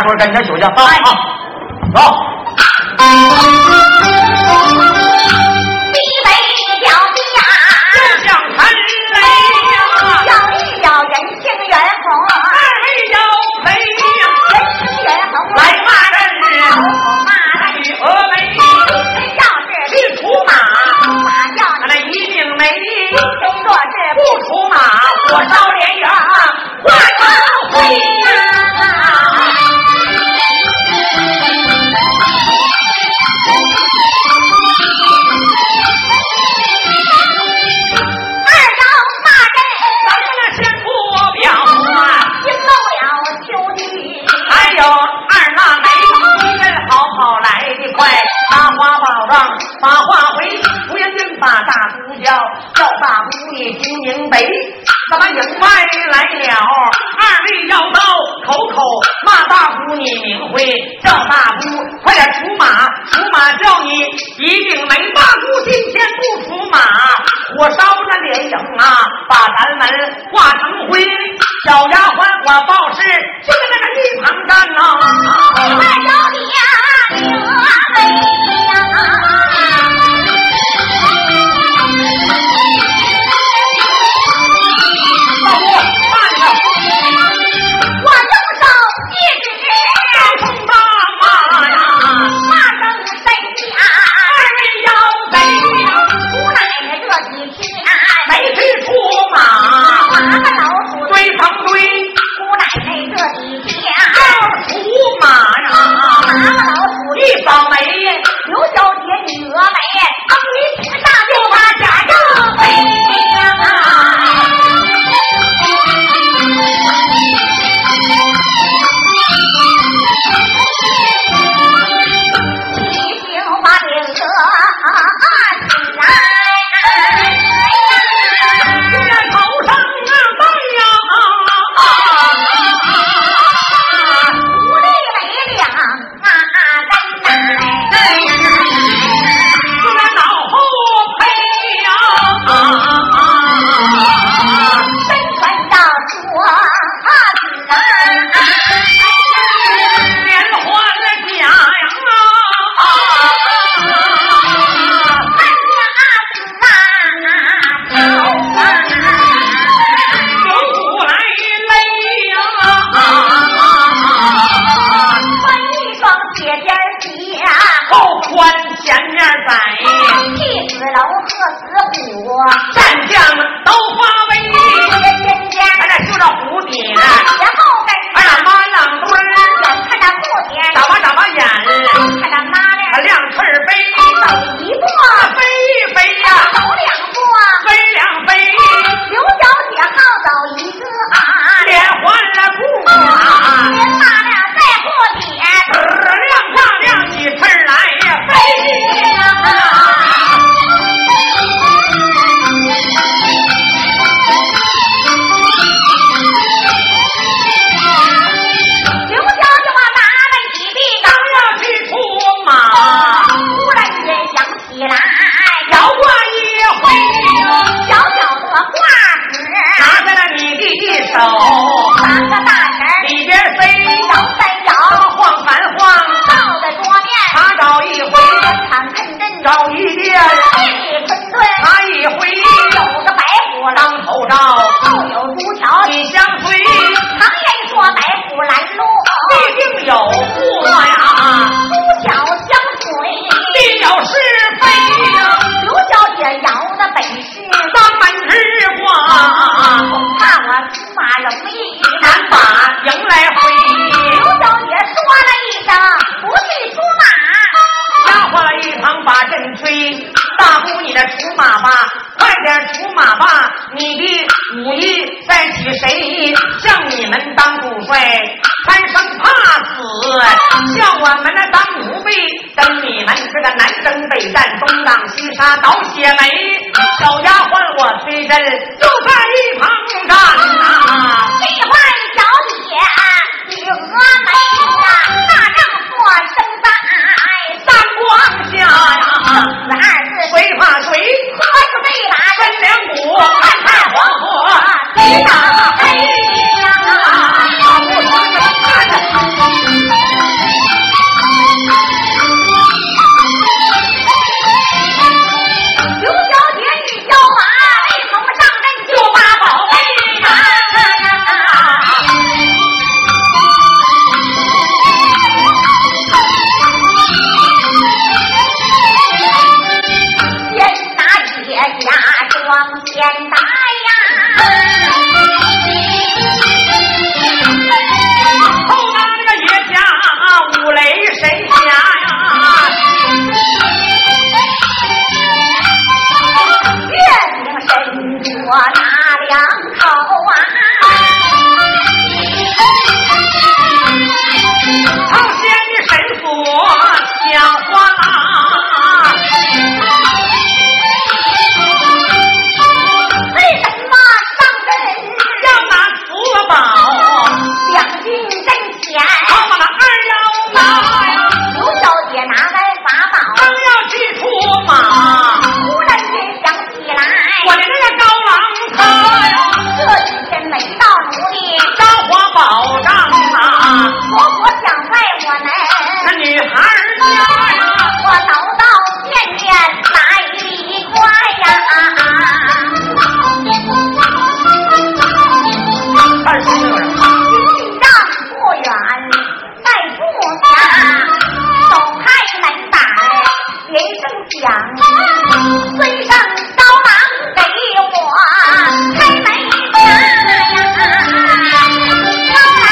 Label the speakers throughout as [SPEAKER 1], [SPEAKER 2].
[SPEAKER 1] 大伙儿赶紧休息啊！好，走。
[SPEAKER 2] 西北是小地呀，
[SPEAKER 3] 正向寒雷呀，
[SPEAKER 2] 要一要人情人红，
[SPEAKER 3] 二位要陪呀，
[SPEAKER 2] 人情人红
[SPEAKER 3] 来骂人，
[SPEAKER 2] 骂
[SPEAKER 3] 女峨眉
[SPEAKER 2] 人要是
[SPEAKER 3] 是出马，
[SPEAKER 2] 马要
[SPEAKER 3] 那一定没
[SPEAKER 2] 人若是不
[SPEAKER 3] 不出马，火烧连营，
[SPEAKER 2] 挂长
[SPEAKER 3] 灰
[SPEAKER 2] 灰呀。二招骂
[SPEAKER 3] 咱
[SPEAKER 2] 人，
[SPEAKER 3] 们那是破表啊，
[SPEAKER 2] 惊动了秋菊，
[SPEAKER 3] 还有二辣梅，一阵好好来得快，拿花宝杖，把话回，吴元军把大姑叫，叫大姑你听明白，咱们营外来了，二位要到，口口骂大姑你明会，叫大姑快点出马，出马叫你一定没大姑今天不出马，火烧那连营啊，把咱们化成灰，小丫鬟我报事，就在那个地旁站呐、
[SPEAKER 2] 二招俩刘备呀。
[SPEAKER 3] 大姑慢着，
[SPEAKER 2] 我用手一指，
[SPEAKER 3] 要冲大骂呀，
[SPEAKER 2] 骂声谁家？
[SPEAKER 3] 二位要背呀，
[SPEAKER 2] 无奈这几天
[SPEAKER 3] 没去出马，
[SPEAKER 2] 八个老鼠，
[SPEAKER 3] 堆成堆
[SPEAKER 2] 无奈这几天
[SPEAKER 3] 要出马
[SPEAKER 2] 八个
[SPEAKER 3] 呀，
[SPEAKER 2] 老鼠，
[SPEAKER 3] 一扫眉，
[SPEAKER 2] 刘小姐你峨眉，当你挺大就把假正飞呀！你听把脸色起来，
[SPEAKER 3] 这头上啊戴呀，
[SPEAKER 2] 无力为两啊担待。
[SPEAKER 3] 就在脑后配呀，
[SPEAKER 2] 身穿到桌子来，
[SPEAKER 3] 莲花的甲呀。
[SPEAKER 2] 看家子啊，头啊，
[SPEAKER 3] 走出来累呀，
[SPEAKER 2] 穿一双铁尖鞋，
[SPEAKER 3] 后宽前面窄，
[SPEAKER 2] 气死楼和死虎，
[SPEAKER 3] 战将都发威，
[SPEAKER 2] 我的尖尖，
[SPEAKER 3] 咱俩就这蝴蝶，
[SPEAKER 2] 啊然后跟
[SPEAKER 3] 俺俩妈两
[SPEAKER 2] 我
[SPEAKER 3] 堆儿，
[SPEAKER 2] 看他不甜，
[SPEAKER 3] 眨巴眨巴眼，
[SPEAKER 2] 看他妈
[SPEAKER 3] 俺
[SPEAKER 2] 的，
[SPEAKER 3] 亮翅儿飞，
[SPEAKER 2] 哎走一步，啊
[SPEAKER 3] 飞飞呀，
[SPEAKER 2] 走两步，啊哎
[SPEAKER 3] 飞两飞，
[SPEAKER 2] 刘小姐好走一个啊。
[SPEAKER 3] 连环了
[SPEAKER 2] 啊！连骂俩再
[SPEAKER 3] 不啊，
[SPEAKER 2] 过点，
[SPEAKER 3] 亮亮亮起翅儿来呀，
[SPEAKER 2] 飞呀！啊刘娇就把拿了几粒
[SPEAKER 3] 刚要去出马。
[SPEAKER 2] 忽然间想起来，
[SPEAKER 3] 摇过一挥，
[SPEAKER 2] 小小的褂子，
[SPEAKER 3] 拿在了你的手，
[SPEAKER 2] 三个大人儿
[SPEAKER 3] 里边飞，
[SPEAKER 2] 摇三摇，
[SPEAKER 3] 晃反晃，
[SPEAKER 2] 到了桌面，
[SPEAKER 3] 他找一回，
[SPEAKER 2] 看看真着，
[SPEAKER 3] 找一遍，
[SPEAKER 2] 面里吞吞。
[SPEAKER 3] 他一回，
[SPEAKER 2] 有个白虎狼，
[SPEAKER 3] 当头照，
[SPEAKER 2] 后有朱桥。
[SPEAKER 3] 你相
[SPEAKER 2] 常
[SPEAKER 3] 随，
[SPEAKER 2] 言说白虎拦路，
[SPEAKER 3] 必定有祸呀，
[SPEAKER 2] 朱桥相随。
[SPEAKER 3] 必有是非呀，
[SPEAKER 2] 刘小姐摇的本事，
[SPEAKER 3] 当门之花，
[SPEAKER 2] 恐怕我出马容易。
[SPEAKER 3] 难把迎来回。
[SPEAKER 2] 刘小姐说了一声不去出马，
[SPEAKER 3] 丫鬟一旁把阵吹，大姑你的出马吧，快点出马吧！你的武艺再取谁？像你们当主帅，贪生怕死；像我们那当奴婢，跟你们似的南征北战，东挡西杀，倒血霉。小丫鬟我推针，就在一旁站呐、
[SPEAKER 2] 这话小姐啊你峨眉呀，啊大丈夫生在
[SPEAKER 3] 三光下呀，
[SPEAKER 2] 死二字，
[SPEAKER 3] 谁怕谁？
[SPEAKER 2] 何时被打？
[SPEAKER 3] 身两股，看看黄河。
[SPEAKER 2] 谁打黑呀？哎啊我走到面前来一块呀，
[SPEAKER 3] 二十六人，
[SPEAKER 2] 一丈不远在树下，走开门板连声响，孙上刀郎给我开门呀，刀郎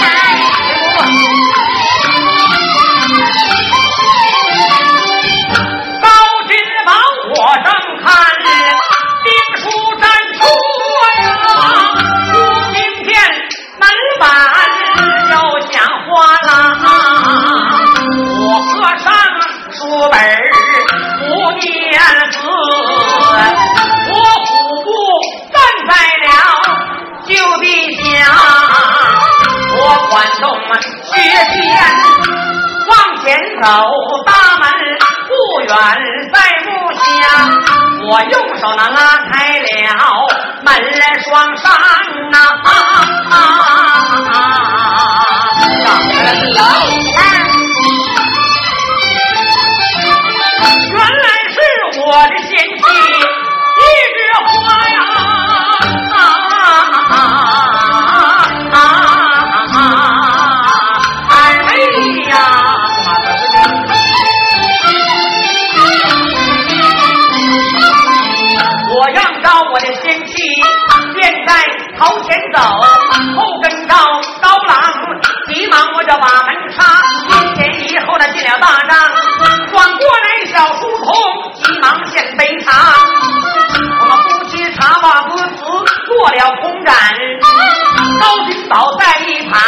[SPEAKER 2] 开门
[SPEAKER 3] 高君王我正看，兵书站出呀，忽听见门板又响哗啦，我合上书本儿不念字，我虎步站在了就地下，我管动学剑。往前走，大门不远在目下。我用手能拉开了门来双扇呐、啊啊啊原来是我的贤妻一枝花呀！啊啊啊啊！哎呀，我让着我的仙妻，便在头前走，后跟着刀郎，急忙我就把门插，先前一后的进了大帐，转过来小书童，急忙献杯茶，我们夫妻茶话歌词过了空盏，高君宝在一旁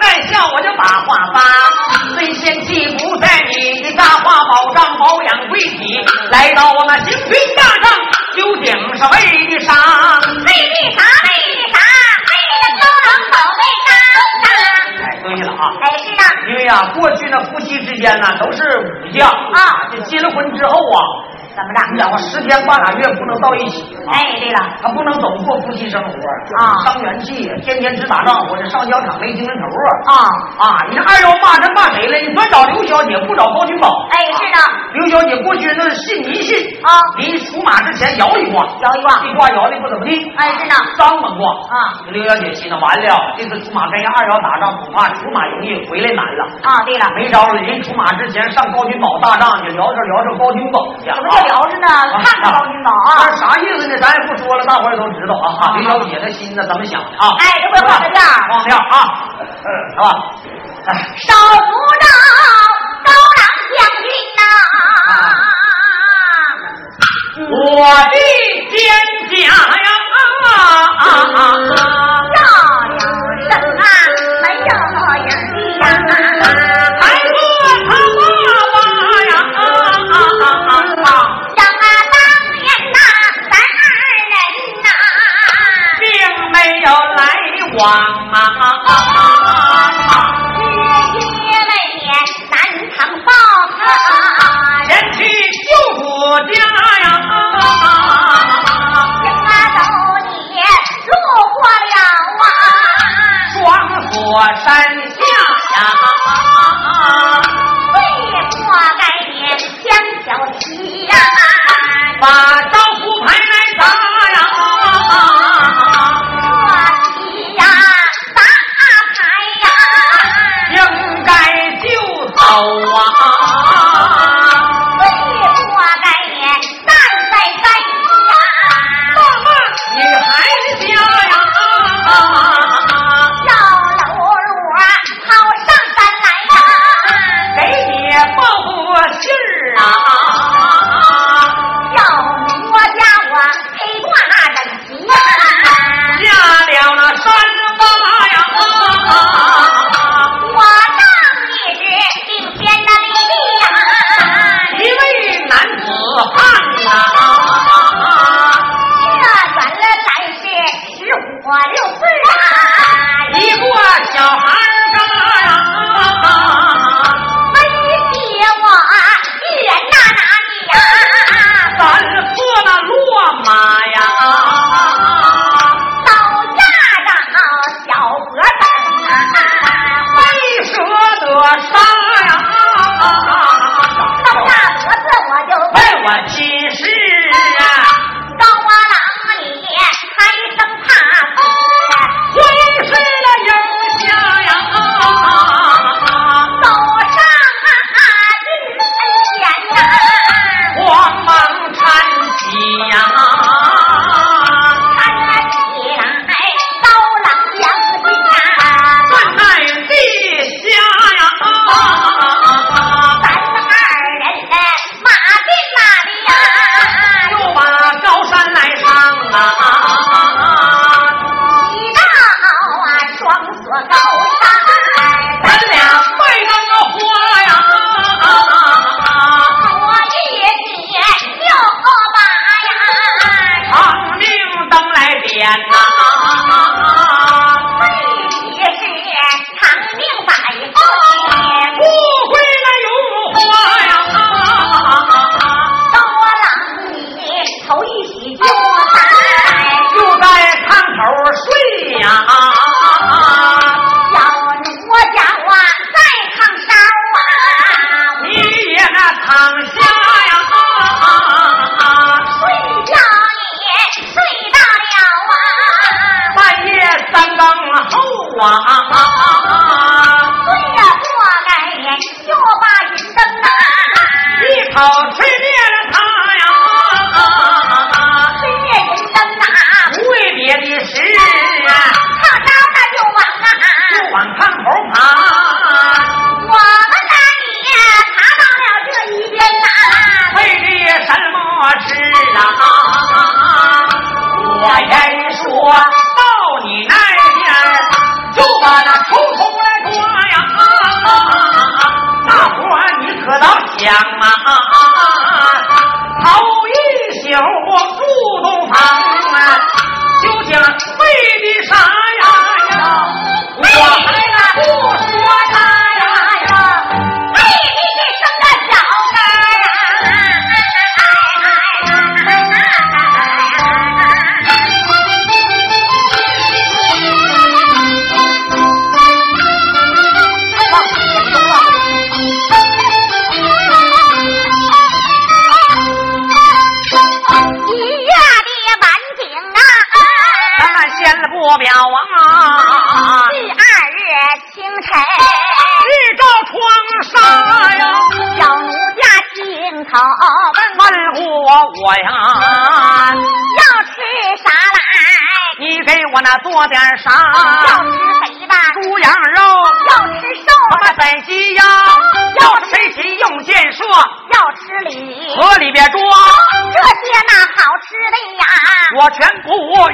[SPEAKER 3] 在笑，我就把话发，最先记不在你的大话保障保养贵体，来到我们行军大帐，究竟是为的啥？
[SPEAKER 2] 为的啥？为的啥？为了高冷走为啥？
[SPEAKER 3] 哎，对了啊。
[SPEAKER 2] 哎，是啊，
[SPEAKER 3] 因为啊，过去那夫妻之间呢都是武将
[SPEAKER 2] 啊
[SPEAKER 3] 这结了婚之后啊，
[SPEAKER 2] 怎么
[SPEAKER 3] 你
[SPEAKER 2] 着？
[SPEAKER 3] 两个十天半拉月不能到一起啊，
[SPEAKER 2] 哎，对了，
[SPEAKER 3] 他不能总过夫妻生活
[SPEAKER 2] 啊
[SPEAKER 3] 伤元气，天天只打仗，我这上疆场没精神头啊
[SPEAKER 2] 啊，
[SPEAKER 3] 啊！你这二要骂真骂谁了？你专找刘小姐，不找高君宝。
[SPEAKER 2] 哎，是的，
[SPEAKER 3] 刘小姐过去那是信迷信
[SPEAKER 2] 啊
[SPEAKER 3] 临出马之前摇一卦，
[SPEAKER 2] 摇一卦
[SPEAKER 3] 一卦摇的不怎么地，
[SPEAKER 2] 哎，是的，
[SPEAKER 3] 张猛过
[SPEAKER 2] 啊！
[SPEAKER 3] 这刘小姐心想，完了，这次出马跟人二瑶打仗，恐怕出马容易，回来难了。哎
[SPEAKER 2] 啊，对了，
[SPEAKER 3] 没招了，人出马之前上高君宝大帐去聊着聊着高君宝去了，
[SPEAKER 2] 我这聊着呢，看看高君宝啊，
[SPEAKER 3] 啥意思呢？咱也不说了，大伙儿也都知道啊。啊，刘小姐的心呢，怎么想的啊？
[SPEAKER 2] 哎这不是晃个亮儿
[SPEAKER 3] 晃个亮儿啊，是吧？
[SPEAKER 2] 嗯
[SPEAKER 3] 哎，
[SPEAKER 2] 少不着高郎将军呐，
[SPEAKER 3] 我的天家呀！啊啊啊！
[SPEAKER 2] 叫两声啊，没有影儿
[SPEAKER 3] 还
[SPEAKER 2] 呀。
[SPEAKER 3] 说他爸爸呀！啊啊啊啊啊！
[SPEAKER 2] 想啊，当年呐，咱二人呐，
[SPEAKER 3] 并没有来往啊啊啊啊啊！
[SPEAKER 2] 是因为南唐报啊，
[SPEAKER 3] 前去舅父家呀，
[SPEAKER 2] 行啊，走你路过
[SPEAKER 3] 啊啊
[SPEAKER 1] 啊
[SPEAKER 3] 啊啊啊啊啊啊
[SPEAKER 1] 我呀，
[SPEAKER 2] 要吃啥来？
[SPEAKER 1] 你给我那做点啥？
[SPEAKER 2] 要吃肥的，
[SPEAKER 1] 猪羊肉，
[SPEAKER 2] 要吃瘦
[SPEAKER 1] 他妈
[SPEAKER 2] 的，
[SPEAKER 1] 宰鸡腰，要吃鸡用箭射，
[SPEAKER 2] 要吃梨，
[SPEAKER 1] 河里边捉，
[SPEAKER 2] 这些那好吃的呀，
[SPEAKER 1] 我全不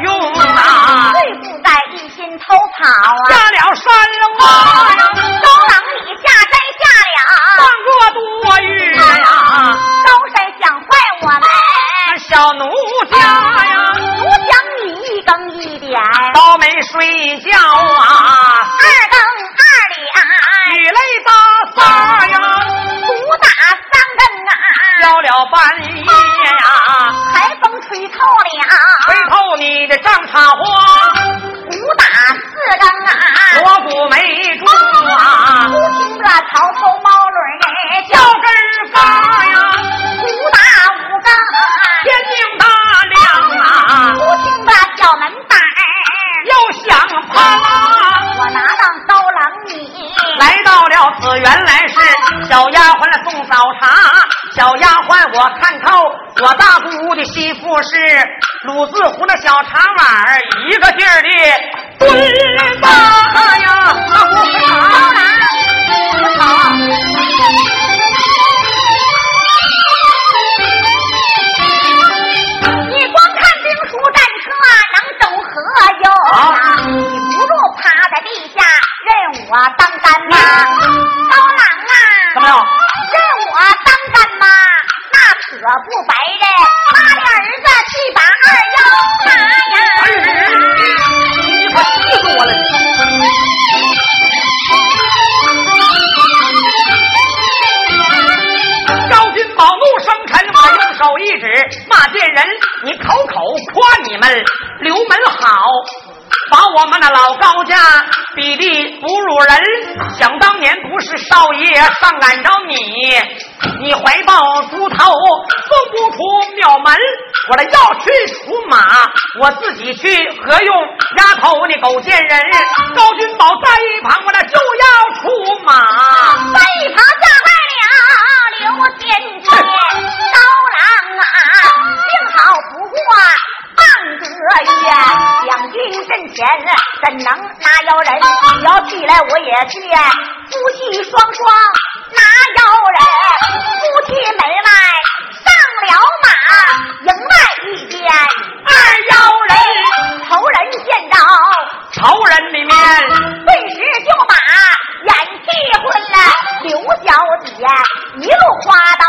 [SPEAKER 1] 用啊，
[SPEAKER 2] 最不在一心偷跑啊。
[SPEAKER 1] 下了山了啊，
[SPEAKER 2] 高冷里下山下
[SPEAKER 1] 放
[SPEAKER 2] 了，
[SPEAKER 1] 过多余呀，
[SPEAKER 2] 高山想坏我们，
[SPEAKER 1] 那小奴家呀，
[SPEAKER 2] 不讲你一更一点，二
[SPEAKER 1] 都没睡觉啊，
[SPEAKER 2] 更二两，
[SPEAKER 1] 雨泪打撒
[SPEAKER 2] 哎
[SPEAKER 1] 呀，
[SPEAKER 2] 毒打三更啊。
[SPEAKER 1] 到了半夜呀。
[SPEAKER 2] 台风吹透
[SPEAKER 1] 吹
[SPEAKER 2] 了，
[SPEAKER 1] 透你的丈茶花，
[SPEAKER 2] 鼓打四更啊，
[SPEAKER 1] 锣鼓没住啊，
[SPEAKER 2] 忽听得桥头猫驴
[SPEAKER 1] 叫
[SPEAKER 2] 叫，
[SPEAKER 1] 根发呀，
[SPEAKER 2] 鼓打五更
[SPEAKER 1] 天命大亮
[SPEAKER 2] 啊，
[SPEAKER 1] 啊，
[SPEAKER 2] 忽听得小门板儿，
[SPEAKER 1] 又响啪啦，
[SPEAKER 2] 我拿上刀郎你，
[SPEAKER 1] 来到了此原来是小丫鬟来送早茶，小丫鬟我看透，我大姑的媳妇是鲁字胡的小茶碗儿，一个劲儿的蹲吧呀，大姑
[SPEAKER 2] 刀
[SPEAKER 1] 娘
[SPEAKER 2] 郎
[SPEAKER 1] 啊。
[SPEAKER 2] 你光看兵书战车能走何用啊？你不如趴在地下认我当干妈，刀郎啊！
[SPEAKER 1] 怎么了？
[SPEAKER 2] 认我当干妈，那可不白认。妈的儿子去把二幺拿呀！
[SPEAKER 1] 你快气死我了！赵君宝怒生嗔，我用手一指，骂贱人！你口口夸你们刘门好，把我们那老高家比地不辱人。想当年不是少爷上赶着你，你怀抱猪头送不出庙门，我这要去出马，我自己去何用？丫头你狗贱人！高君宝在一旁，我那就要出马。
[SPEAKER 2] 在一旁吓坏了刘天杰，刀郎啊，幸好不过半个月，两军阵前怎能拿腰人？摇起来我也去，夫妻双双拿腰人，夫妻门外上了马，营外一见二腰人，头人见着
[SPEAKER 1] 仇人里面，
[SPEAKER 2] 顿时就把眼气昏了。刘小姐一路花刀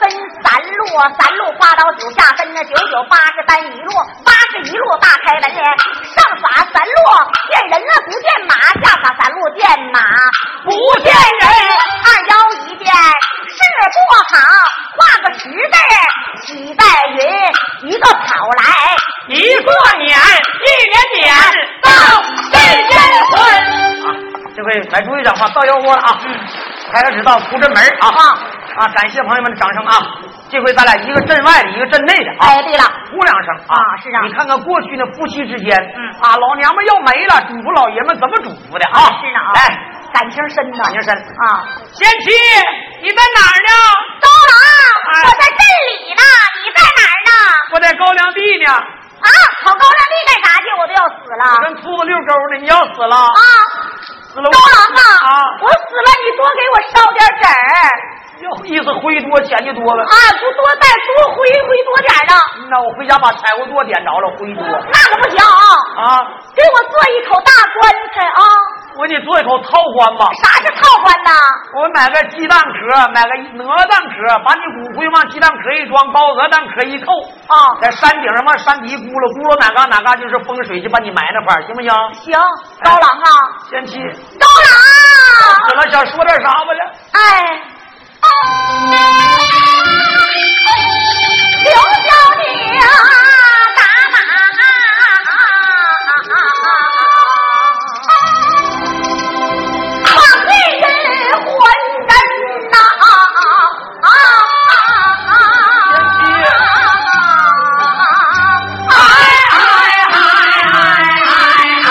[SPEAKER 2] 分三路，三路花刀九下分那九九八十三一路，八十一路大开门帘，上耍三路见人了不见马，下耍三路见马
[SPEAKER 1] 不见人，
[SPEAKER 2] 二幺一见事不好，画个十字喜在云，一个跑来
[SPEAKER 1] 一过年，一年年，到这烟魂。这回来注意点话，到腰窝了啊！开始到出阵门啊！啊，感谢朋友们的掌声啊！这回咱俩一个阵外的，一个阵内的啊！
[SPEAKER 2] 哎，对了，
[SPEAKER 1] 哭两声
[SPEAKER 2] 啊是啊
[SPEAKER 1] 你看看过去那夫妻之间，嗯啊，老娘们要没了，嘱咐老爷们怎么嘱咐的啊？
[SPEAKER 2] 是呢啊，
[SPEAKER 1] 来，
[SPEAKER 2] 感情深呐，
[SPEAKER 1] 感情深
[SPEAKER 2] 啊。
[SPEAKER 1] 贤妻，你在哪儿呢？
[SPEAKER 2] 高啊郎，我在镇里呢，你在哪儿呢？
[SPEAKER 1] 我在高粱地呢，
[SPEAKER 2] 啊，跑高粱地干啥去？我都要死了
[SPEAKER 1] 我跟秃子遛沟呢，你要死了
[SPEAKER 2] 啊！
[SPEAKER 1] 死了
[SPEAKER 2] 高
[SPEAKER 1] 我
[SPEAKER 2] 郎啊
[SPEAKER 1] 啊，
[SPEAKER 2] 我死了，你多给我烧点纸儿
[SPEAKER 1] 哟，意思灰多钱就多了
[SPEAKER 2] 啊。，不多带多灰灰多点儿呢，
[SPEAKER 1] 那我回家把柴火垛点着了，灰多
[SPEAKER 2] 那可不行啊！
[SPEAKER 1] 啊！
[SPEAKER 2] 给我做一口大棺材啊！
[SPEAKER 1] 我给你做一口套棺吧，
[SPEAKER 2] 啥是套棺呐？
[SPEAKER 1] 我买个鸡蛋壳，买个鹅蛋壳，把你骨灰往鸡蛋壳一装，包鹅蛋壳一扣，
[SPEAKER 2] 啊，
[SPEAKER 1] 在山顶上往山底咕噜咕噜哪嘎哪嘎就是风水，就把你埋那块儿，行不行？
[SPEAKER 2] 行，高郎啊，
[SPEAKER 1] 贤妻，
[SPEAKER 2] 高啊郎
[SPEAKER 1] 怎。么想说点啥吧了？
[SPEAKER 2] 哎，刘小姐啊，打马，放一人魂人呐！
[SPEAKER 1] 哎
[SPEAKER 2] 哎
[SPEAKER 1] 呀！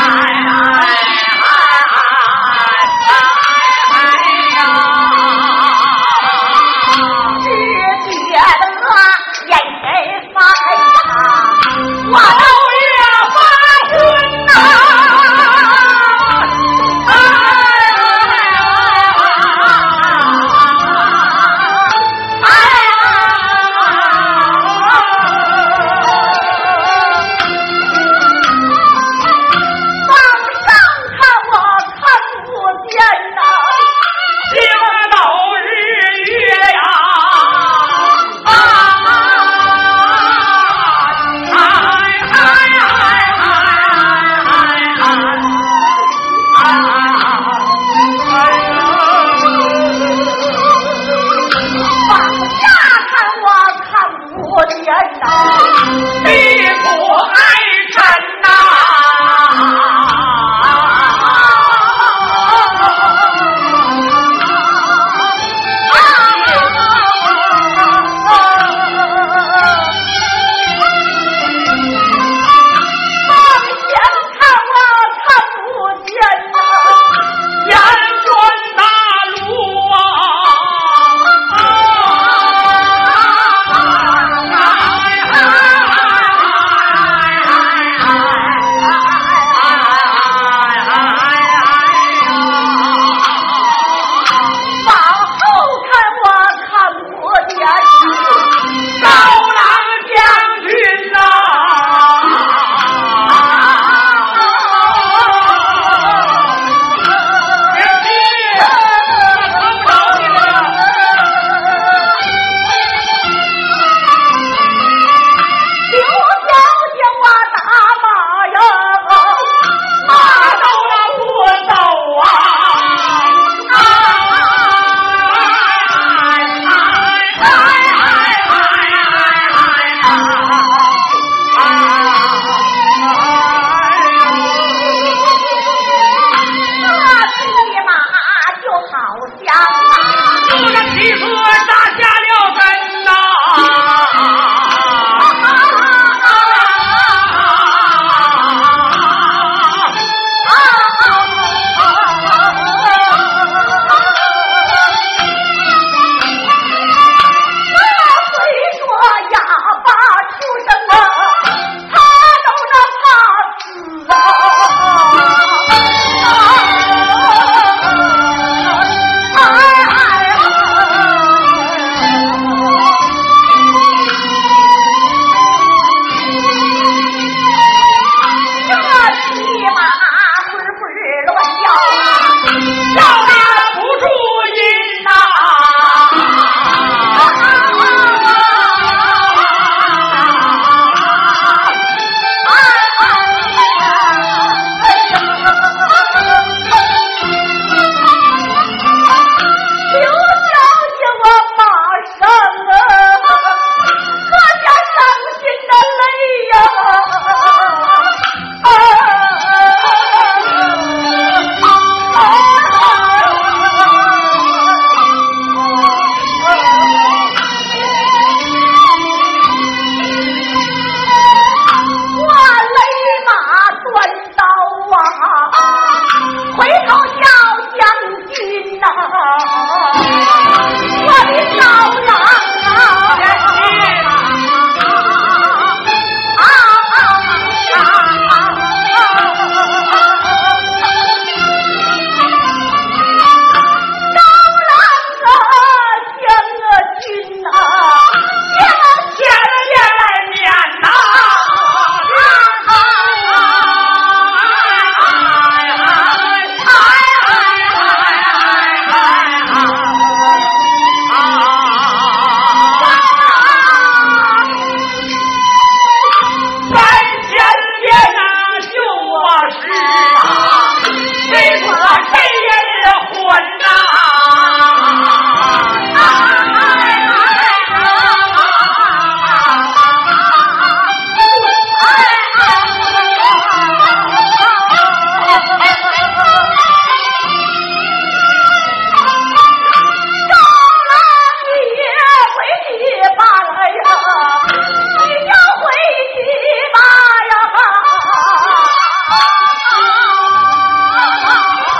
[SPEAKER 1] 啊，
[SPEAKER 2] 啊啊啊哎哎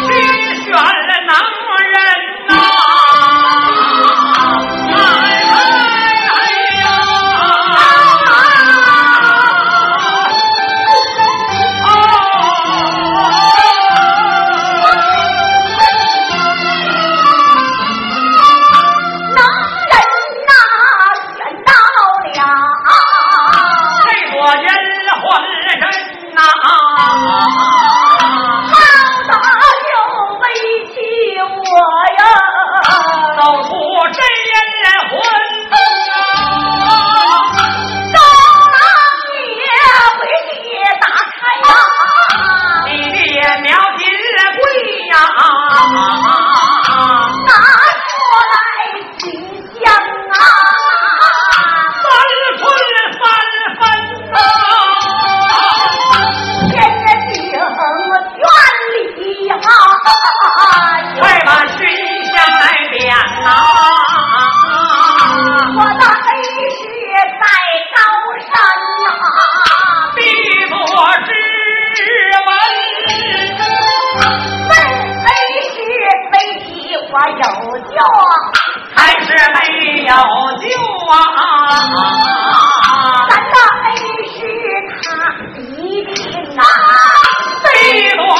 [SPEAKER 1] 是是选了能人呐、哎哎呀哦
[SPEAKER 2] 能人呐，选到了，
[SPEAKER 1] 这我人浑身呐。啊啊啊啊
[SPEAKER 2] 啊啊啊啊啊
[SPEAKER 1] 啊
[SPEAKER 2] 啊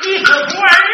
[SPEAKER 1] 哎啊啊啊
[SPEAKER 2] 啊啊啊哎哎啊啊啊啊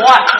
[SPEAKER 2] 啊啊
[SPEAKER 1] 啊！